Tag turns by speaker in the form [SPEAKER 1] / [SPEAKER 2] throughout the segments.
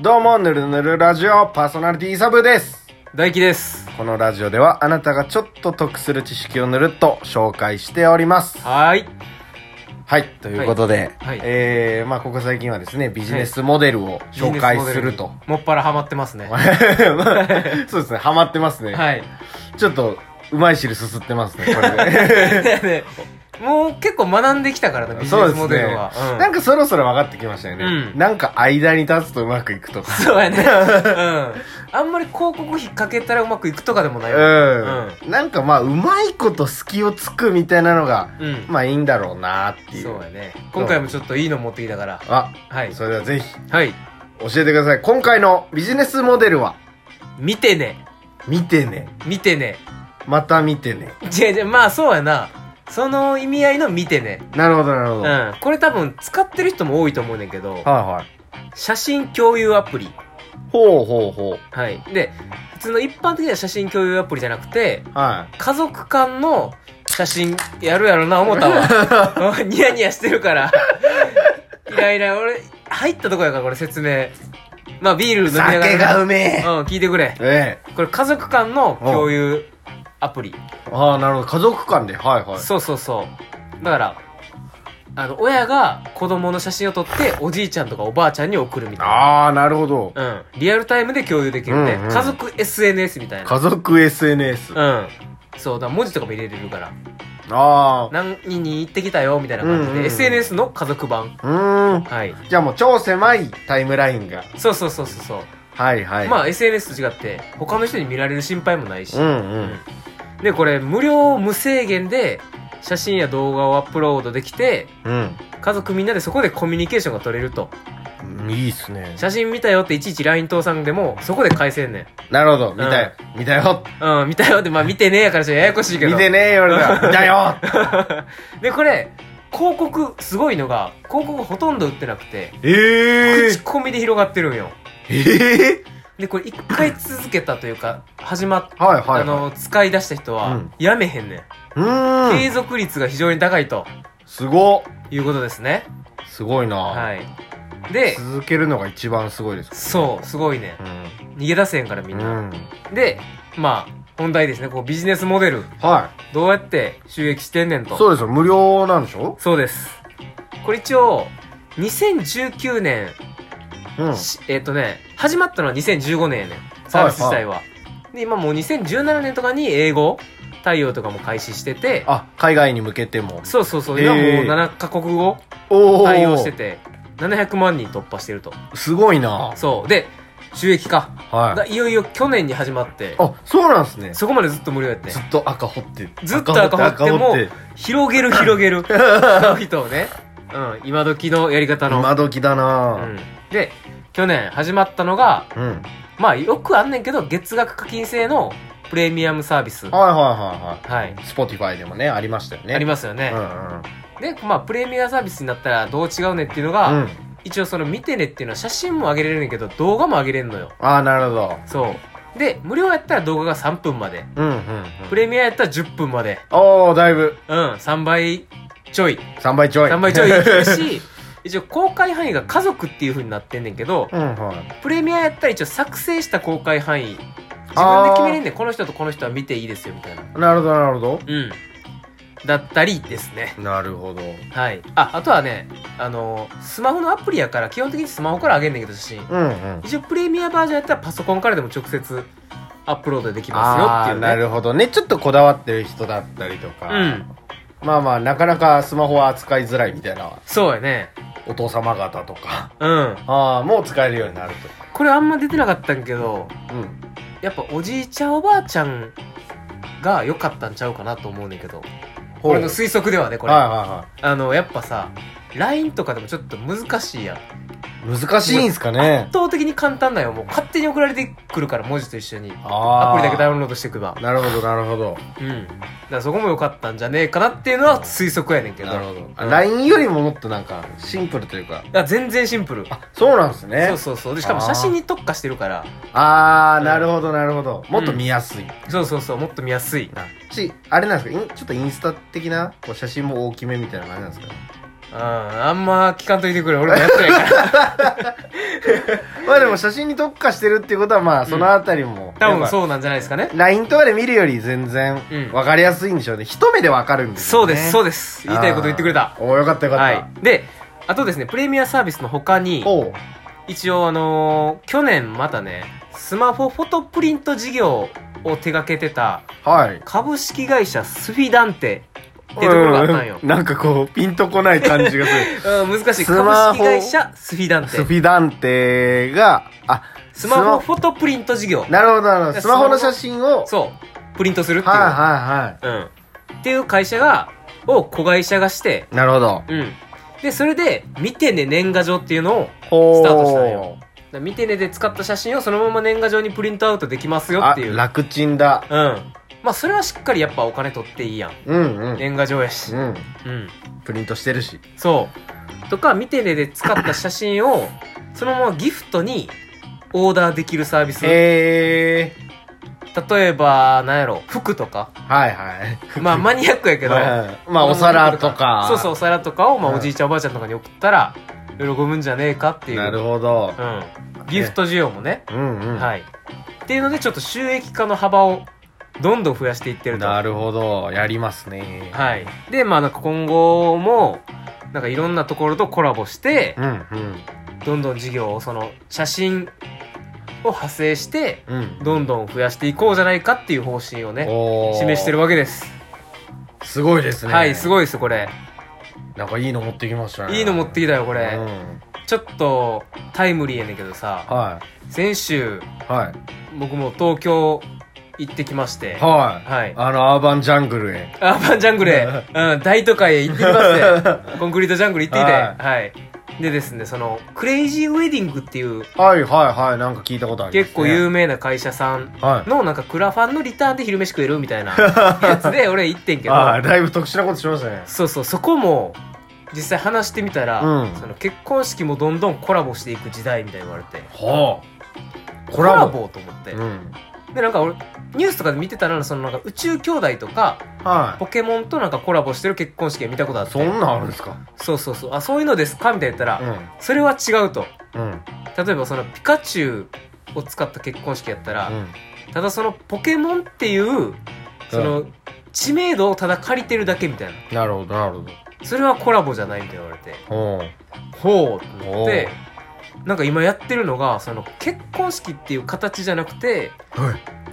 [SPEAKER 1] どうも、ぬるぬるラジオパーソナリティサブです。
[SPEAKER 2] 大輝です
[SPEAKER 1] このラジオではあなたがちょっと得する知識をぬるっと紹介しております。
[SPEAKER 2] はーい
[SPEAKER 1] はい、ということで、
[SPEAKER 2] はいはい
[SPEAKER 1] えー、まあここ最近はですね、ビジネスモデルを紹介すると。
[SPEAKER 2] もっぱらハマってますね
[SPEAKER 1] そうですね、ハマってますね。
[SPEAKER 2] はい
[SPEAKER 1] ちょっと、うまい汁すすってますね、これで。
[SPEAKER 2] ねもう結構学んできたからなビジ
[SPEAKER 1] そう
[SPEAKER 2] ネ
[SPEAKER 1] で
[SPEAKER 2] ス
[SPEAKER 1] す
[SPEAKER 2] モ
[SPEAKER 1] ね
[SPEAKER 2] デルはう,、
[SPEAKER 1] なんかそろそろ分かってきましたよね。
[SPEAKER 2] うん
[SPEAKER 1] なんか間に立つとうまくいくとか。
[SPEAKER 2] そうやねうんあんまり広告費かけたらうまくいくとかでもないよ
[SPEAKER 1] うん、なんかまあうまいこと隙をつくみたいなのが、
[SPEAKER 2] うん、
[SPEAKER 1] まあいいんだろうなっていう
[SPEAKER 2] そうやね今回もちょっといいの持ってきたから
[SPEAKER 1] あ
[SPEAKER 2] はい
[SPEAKER 1] それではぜひ
[SPEAKER 2] はい
[SPEAKER 1] 教えてください今回のビジネスモデルは
[SPEAKER 2] 見てね
[SPEAKER 1] 見てね
[SPEAKER 2] 見てね
[SPEAKER 1] また見てね
[SPEAKER 2] 違う違うまあそうやなその意味合いの見てね
[SPEAKER 1] なるほどなるほど、
[SPEAKER 2] う
[SPEAKER 1] はい
[SPEAKER 2] んこれ多分使ってる人も多いと思うねんけど
[SPEAKER 1] はい
[SPEAKER 2] 写真共有アプリ
[SPEAKER 1] ほうほうほ
[SPEAKER 2] はい。で、普通の一般的な写真共有アプリじゃなくて、
[SPEAKER 1] うは
[SPEAKER 2] 家族間の写真やるやろな、思ったわ。 うんニヤニヤしてるから。イライラ、俺、入ったとこやから、これ説明。まあ、ビール
[SPEAKER 1] い
[SPEAKER 2] 飲みながら。
[SPEAKER 1] 酒がうめえ
[SPEAKER 2] うん、聞いてくれ。
[SPEAKER 1] ええ
[SPEAKER 2] これ家族間の共有アプリ。
[SPEAKER 1] ああなるほど家族間ではいはい
[SPEAKER 2] そうそうそう。だから、あの、親が子供の写真を撮って、おじいちゃんとかおばあちゃんに送るみたいな。
[SPEAKER 1] ああなるほど、
[SPEAKER 2] うん。リアルタイムで共有できるね。
[SPEAKER 1] うんうん
[SPEAKER 2] 家族 SNS みたいな。
[SPEAKER 1] 家族 SNS、
[SPEAKER 2] うん。そう、だから文字とかも入れれるから。
[SPEAKER 1] ああ
[SPEAKER 2] 何人に行ってきたよ、みたいな感じで。
[SPEAKER 1] うんうんうん
[SPEAKER 2] SNS の家族版。
[SPEAKER 1] うーん
[SPEAKER 2] はい。
[SPEAKER 1] じゃあもう超狭いタイムラインが
[SPEAKER 2] そうそうそうそうそう。
[SPEAKER 1] はいはい
[SPEAKER 2] まあ SNS と違って、他の人に見られる心配もないし。
[SPEAKER 1] うんうん
[SPEAKER 2] で、これ、無料無制限で、写真や動画をアップロードできて、
[SPEAKER 1] うん
[SPEAKER 2] 家族みんなでそこでコミュニケーションが取れると。
[SPEAKER 1] うんいいっすね
[SPEAKER 2] 写真見たよっていちいち LINE 通さんでも、そこで返せんね
[SPEAKER 1] なるほど見たよ、見たよ
[SPEAKER 2] ん。うん、見たよって、まあ見てねえやからちょっとややこしいけど。
[SPEAKER 1] 見てねえよ俺ら見た よ
[SPEAKER 2] で、これ、広告、すごいのが、広告ほとんど売ってなくて、
[SPEAKER 1] ええ
[SPEAKER 2] 口コミで広がってるんよ。
[SPEAKER 1] ええ
[SPEAKER 2] で、これ一回続けたというか、始まっ、
[SPEAKER 1] はいはいはい
[SPEAKER 2] あの、使い出した人
[SPEAKER 1] う
[SPEAKER 2] は
[SPEAKER 1] ん、
[SPEAKER 2] やめへんねん,、
[SPEAKER 1] うー
[SPEAKER 2] 継
[SPEAKER 1] ん
[SPEAKER 2] 続率が非常に高いと
[SPEAKER 1] すご
[SPEAKER 2] いうことですね。
[SPEAKER 1] すごいな、
[SPEAKER 2] はい。で、
[SPEAKER 1] 続けるのが一番すごいです
[SPEAKER 2] そう、すごいね
[SPEAKER 1] う。ん、
[SPEAKER 2] 逃げ出せんからみん
[SPEAKER 1] う
[SPEAKER 2] な。
[SPEAKER 1] ん、
[SPEAKER 2] で、まあ、本題ですね。こう、ビジネスモデル、
[SPEAKER 1] は
[SPEAKER 2] どうやって収益してんねん
[SPEAKER 1] い
[SPEAKER 2] と。
[SPEAKER 1] そうですよ無料なんでしょ
[SPEAKER 2] そうです。これ一応、2019年、
[SPEAKER 1] うん
[SPEAKER 2] しえっ、とね、始まったのは2015年やねん。サービス自体は。で、今もう2017年とかに英語対応とかも開始してて、
[SPEAKER 1] あ海外に向けても
[SPEAKER 2] そうそうそう、
[SPEAKER 1] へー
[SPEAKER 2] 今もう7カ国語
[SPEAKER 1] おー
[SPEAKER 2] 対応してて、700万人突破してると。
[SPEAKER 1] すごいな
[SPEAKER 2] そう。で、収益化
[SPEAKER 1] は
[SPEAKER 2] が
[SPEAKER 1] い
[SPEAKER 2] いよいよ去年に始まって、
[SPEAKER 1] あそうなんですね
[SPEAKER 2] そこまでずっと無料やって
[SPEAKER 1] ず。っと赤掘って
[SPEAKER 2] ずっと赤掘っても
[SPEAKER 1] 赤掘っ、
[SPEAKER 2] 広げる広 げる。使う人をね。うん、今時のやり方の。
[SPEAKER 1] 今時だ
[SPEAKER 2] う。
[SPEAKER 1] なん
[SPEAKER 2] で、去年始まったのが、
[SPEAKER 1] うん、はい
[SPEAKER 2] まあよくあんねんけど、月額課金制のプレミアムサービス。
[SPEAKER 1] はいはいはい
[SPEAKER 2] はい。
[SPEAKER 1] Spotify でもね、ありましたよね。
[SPEAKER 2] あり
[SPEAKER 1] ま
[SPEAKER 2] ますよね
[SPEAKER 1] う。ん
[SPEAKER 2] で、まあ、プレミアサービスになったらどう違うねっていうのが、
[SPEAKER 1] うん。うん。
[SPEAKER 2] 一応その見てねっていうのは写真も上げれるんやけど動画も上げれるのよ
[SPEAKER 1] ああ、なるほど。
[SPEAKER 2] そうで無料やったら動画が3分まで
[SPEAKER 1] うんうん、うん。
[SPEAKER 2] プレミアやったら10分まで
[SPEAKER 1] おー、だいぶ、
[SPEAKER 2] うん3倍ちょい
[SPEAKER 1] 3倍ちょい。
[SPEAKER 2] 3倍ちょ いいけるし一応公開範囲が家族っていう風になってんねんけど
[SPEAKER 1] うん、はい。
[SPEAKER 2] プレミアやったら一応作成した公開範囲自分で決めれんねんこの人とこの人は見ていいですよみたいな
[SPEAKER 1] なるほど、なるほど。
[SPEAKER 2] うんだったりですね
[SPEAKER 1] なるほど。うん
[SPEAKER 2] はいああとはねあのスマホのアプリやから基本的にスマホから上げんねんけど写真
[SPEAKER 1] うん。
[SPEAKER 2] 一応プレミアバージョンやったらパソコンからでも直接アップロードできますよっていうね
[SPEAKER 1] なるほどね。ちょっとこだわってる人だったりとか。
[SPEAKER 2] うん
[SPEAKER 1] まあまあ、なかなかスマホは扱いづらいみたいな
[SPEAKER 2] そうやね
[SPEAKER 1] お父様方とか。
[SPEAKER 2] うん
[SPEAKER 1] ああ、もう使えるようになる
[SPEAKER 2] これあんま出てなかったんけど
[SPEAKER 1] と。うん。
[SPEAKER 2] やっぱおじいちゃんおばあちゃんが良かったんちゃうかなと思うねんけど
[SPEAKER 1] ほう
[SPEAKER 2] 俺の推測ではねこれ、
[SPEAKER 1] はいは
[SPEAKER 2] あのやっぱさ LINE とかでもちょっと難しいやん
[SPEAKER 1] いはい。難しいんすかね
[SPEAKER 2] 圧。倒的に簡単だよもう勝手に送られてくるから文字と一緒に
[SPEAKER 1] あ
[SPEAKER 2] アプリだけダ
[SPEAKER 1] も
[SPEAKER 2] ウンロードしていけば
[SPEAKER 1] なるほど、なるほど。
[SPEAKER 2] うんだからそこも良かったんじゃねえかなっていうのは推測やねんけど
[SPEAKER 1] なるほど。あ
[SPEAKER 2] うん
[SPEAKER 1] LINE よりももっとなんか、シンプルというか。
[SPEAKER 2] だから全然シンプル
[SPEAKER 1] あ、そうなんですね。
[SPEAKER 2] そうそうそうでしかも写真に特化してるから
[SPEAKER 1] あー、
[SPEAKER 2] うん
[SPEAKER 1] なるほど、なるほど。もっと
[SPEAKER 2] うん
[SPEAKER 1] 見やすい。
[SPEAKER 2] そうそうそうもっと見やすい
[SPEAKER 1] なし、あれなんですかインちょっとインスタ的なこう写真も大きめみたいな感じなんですかね
[SPEAKER 2] あんま聞かんといてくれ俺も やってないから
[SPEAKER 1] まあでも写真に特化してるっていうことはまあそのあたりも、
[SPEAKER 2] 多分
[SPEAKER 1] う
[SPEAKER 2] そうなんじゃないですかね
[SPEAKER 1] LINE とかで見るより全然
[SPEAKER 2] うん
[SPEAKER 1] わかりやすいんでしょうね、一目でわかるんです
[SPEAKER 2] そ
[SPEAKER 1] よ
[SPEAKER 2] う
[SPEAKER 1] ね
[SPEAKER 2] ですそう
[SPEAKER 1] で
[SPEAKER 2] です言いたいこと言ってくれた
[SPEAKER 1] おおよかったよかった、
[SPEAKER 2] はいであとですねプレミアサービスの他に
[SPEAKER 1] おう
[SPEAKER 2] 一応あのー去年またねスマホフォトプリント事業を手掛けてた
[SPEAKER 1] はい
[SPEAKER 2] 株式会社スフィダンテってところがあったんよ
[SPEAKER 1] う、なんかこうピンとこない感じが する
[SPEAKER 2] うん、難しい
[SPEAKER 1] スマホ
[SPEAKER 2] 株式会社スフィダンテ
[SPEAKER 1] スフィダンテがあ
[SPEAKER 2] スマホ
[SPEAKER 1] ス
[SPEAKER 2] フォトプリント事業
[SPEAKER 1] なるほどなるほど
[SPEAKER 2] ス
[SPEAKER 1] ス
[SPEAKER 2] マ
[SPEAKER 1] マ
[SPEAKER 2] ホ
[SPEAKER 1] ホの写真を
[SPEAKER 2] そうプリントするっていう、
[SPEAKER 1] はいは
[SPEAKER 2] うん、っていう会社がを子会社がして、
[SPEAKER 1] いはいなるほど
[SPEAKER 2] うん、でそれで「見てね年賀状」っていうのを
[SPEAKER 1] ほ
[SPEAKER 2] スタートしたんよだから見てねで使った写真をそのまま年賀状にプリントアウトできますよ
[SPEAKER 1] あ
[SPEAKER 2] っていう
[SPEAKER 1] 楽ちんだ
[SPEAKER 2] うんまあそれはしっかりやっぱお金取っていいやん
[SPEAKER 1] うんうん
[SPEAKER 2] 年賀状やし
[SPEAKER 1] うん
[SPEAKER 2] うん
[SPEAKER 1] プリントしてるし
[SPEAKER 2] そうとか見てねで使った写真をそのままギフトにオーダーできるサービス例
[SPEAKER 1] へえ
[SPEAKER 2] えばなんやろ服とか
[SPEAKER 1] はいはい
[SPEAKER 2] まあマニアックやけど
[SPEAKER 1] はいはいまあお皿とか
[SPEAKER 2] そうそうお皿とかを、まあ、
[SPEAKER 1] うん
[SPEAKER 2] おじいちゃんおばあちゃんとかに送ったら喜ぶんじゃねえかっていう
[SPEAKER 1] なるほど
[SPEAKER 2] うん、ギフト需要もね、
[SPEAKER 1] うんうん
[SPEAKER 2] はいっていうのでちょっと収益化の幅をどんどん増やしていってると
[SPEAKER 1] なるほどやりますね
[SPEAKER 2] はいでまあなんか今後もなんかいろんなところとコラボして
[SPEAKER 1] うんうん
[SPEAKER 2] どんどん事業をその写真を派生して
[SPEAKER 1] うん
[SPEAKER 2] どんどん増やしていこうじゃないかっていう方針をね
[SPEAKER 1] おー
[SPEAKER 2] 示してるわけです、
[SPEAKER 1] すごいですね
[SPEAKER 2] はいす
[SPEAKER 1] い
[SPEAKER 2] ごいですこれ
[SPEAKER 1] なんかいいの持ってきましたね
[SPEAKER 2] いいの持ってきたよこれ、
[SPEAKER 1] うん
[SPEAKER 2] ちょっとタイムリーやねんけどさ、
[SPEAKER 1] は
[SPEAKER 2] 先週
[SPEAKER 1] いはい
[SPEAKER 2] 僕も東京行ってきましては
[SPEAKER 1] はい
[SPEAKER 2] い
[SPEAKER 1] あのアーバンジャングルへ
[SPEAKER 2] アーバンジャングル へ、うん、大都会へ行ってきましてコンクリートジャングル行ってきて
[SPEAKER 1] は
[SPEAKER 2] はいでですねそのクレイジーウェディングっていう
[SPEAKER 1] はいはいはいなんか聞いたことあります
[SPEAKER 2] 結構
[SPEAKER 1] う
[SPEAKER 2] 有名な会社さん
[SPEAKER 1] はい
[SPEAKER 2] のなんかクラファンのリターンで昼飯食えるみたいなや つで俺行ってんけど
[SPEAKER 1] あーだいぶ特殊なことしましたね
[SPEAKER 2] そうそうそこも実際話してみたら、
[SPEAKER 1] うん
[SPEAKER 2] その結婚式もどんどんコラボしていく時代みたいに言われて
[SPEAKER 1] はあコ
[SPEAKER 2] コラ
[SPEAKER 1] ラボ
[SPEAKER 2] ボと思って、
[SPEAKER 1] うん
[SPEAKER 2] でなんか俺ニュースとかで見てたらそのなんか宇宙兄弟とか
[SPEAKER 1] はい
[SPEAKER 2] ポケモンとなんかコラボしてる結婚式見たことあって
[SPEAKER 1] そんなんあるんですか
[SPEAKER 2] そうそうそうあそういうのですかみたいな言ったら、
[SPEAKER 1] う
[SPEAKER 2] それは違うと
[SPEAKER 1] んうん
[SPEAKER 2] 例えばそのピカチュウを使った結婚式やったら、
[SPEAKER 1] うん
[SPEAKER 2] ただそのポケモンっていうその知名度をただ借りてるだけみたいな
[SPEAKER 1] なるほどなるほど
[SPEAKER 2] それはコラボじゃないみたいな言われて
[SPEAKER 1] ほう
[SPEAKER 2] ほうと思って
[SPEAKER 1] ほ
[SPEAKER 2] なんか今やってるのがその結婚式っていう形じゃなくて
[SPEAKER 1] は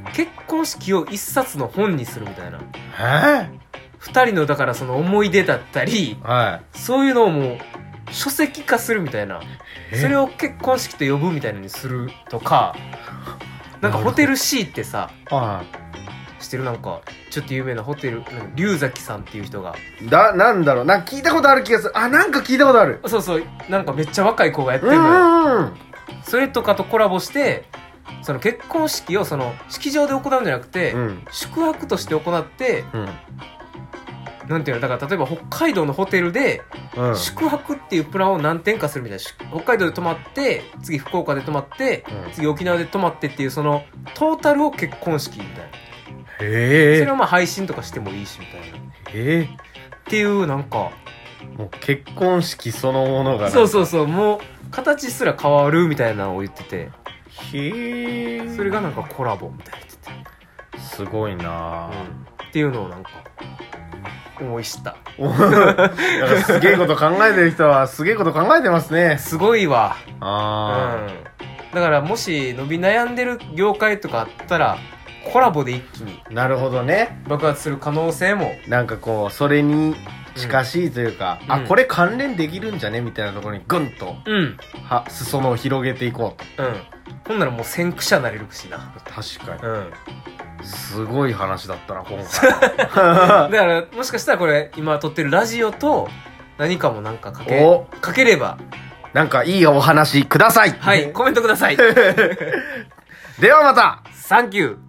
[SPEAKER 1] い
[SPEAKER 2] 結婚式を一冊の本にするみたいな
[SPEAKER 1] え
[SPEAKER 2] 二人のだからその思い出だったり
[SPEAKER 1] は
[SPEAKER 2] そういうのをもう書籍化するみたいないそれ
[SPEAKER 1] を
[SPEAKER 2] を結婚式と呼ぶみたいなのにするとかなんかホテル C ってさ
[SPEAKER 1] は
[SPEAKER 2] してるなんかちょっと有名なホテルなんか龍崎さんっていう人が
[SPEAKER 1] いだなんだろうなんか聞いたことある気がするあなんか聞いたことある
[SPEAKER 2] そうそうなんかめっちゃ若い子がやって
[SPEAKER 1] う
[SPEAKER 2] るのよ
[SPEAKER 1] んうん
[SPEAKER 2] それとかとコラボしてその結婚式をその式場で行うんじゃなくて、
[SPEAKER 1] うん
[SPEAKER 2] 宿泊として行って
[SPEAKER 1] うん
[SPEAKER 2] なんていうのだから例えば北海道のホテルで
[SPEAKER 1] うん
[SPEAKER 2] 宿泊っていうプランを何点かするみたいなし北海道で泊まって次福岡で泊まって次沖縄で泊まってっていうそのトータルを結婚式みたいなそ
[SPEAKER 1] へ
[SPEAKER 2] れをまあ配信とかしてもいいしみたいなっ
[SPEAKER 1] ええ
[SPEAKER 2] ていうなんか
[SPEAKER 1] もう結婚式そのものが
[SPEAKER 2] そう
[SPEAKER 1] そ
[SPEAKER 2] そうそうもう形すら変わるみたいなのを言ってて
[SPEAKER 1] うへえ
[SPEAKER 2] それがなんかコラボみたいな言ってて、
[SPEAKER 1] すごいなぁ
[SPEAKER 2] うん、っていうのをなんか思い知った
[SPEAKER 1] おなんかすげえこと考えてる人はすげえこと考えてますね
[SPEAKER 2] すごいわうん
[SPEAKER 1] あ
[SPEAKER 2] だからもし伸び悩んでる業界とかあったらコラボで一気に
[SPEAKER 1] あなるほどね
[SPEAKER 2] 爆発する可能性も
[SPEAKER 1] なんかこうそれに近しいというか、
[SPEAKER 2] うん
[SPEAKER 1] あこれ関連できるんじゃねみたいなところにグンと
[SPEAKER 2] うんうん
[SPEAKER 1] は裾野を広げていこう
[SPEAKER 2] ほんならもう先駆者なれるしな
[SPEAKER 1] と確か
[SPEAKER 2] うん
[SPEAKER 1] にすごい話だったな今回
[SPEAKER 2] だからもしかしたらこれ今撮ってるラジオと何かもなんかか け
[SPEAKER 1] お
[SPEAKER 2] かければ
[SPEAKER 1] なんかいいお話ください
[SPEAKER 2] はいコメントください
[SPEAKER 1] ではまた
[SPEAKER 2] サンキュー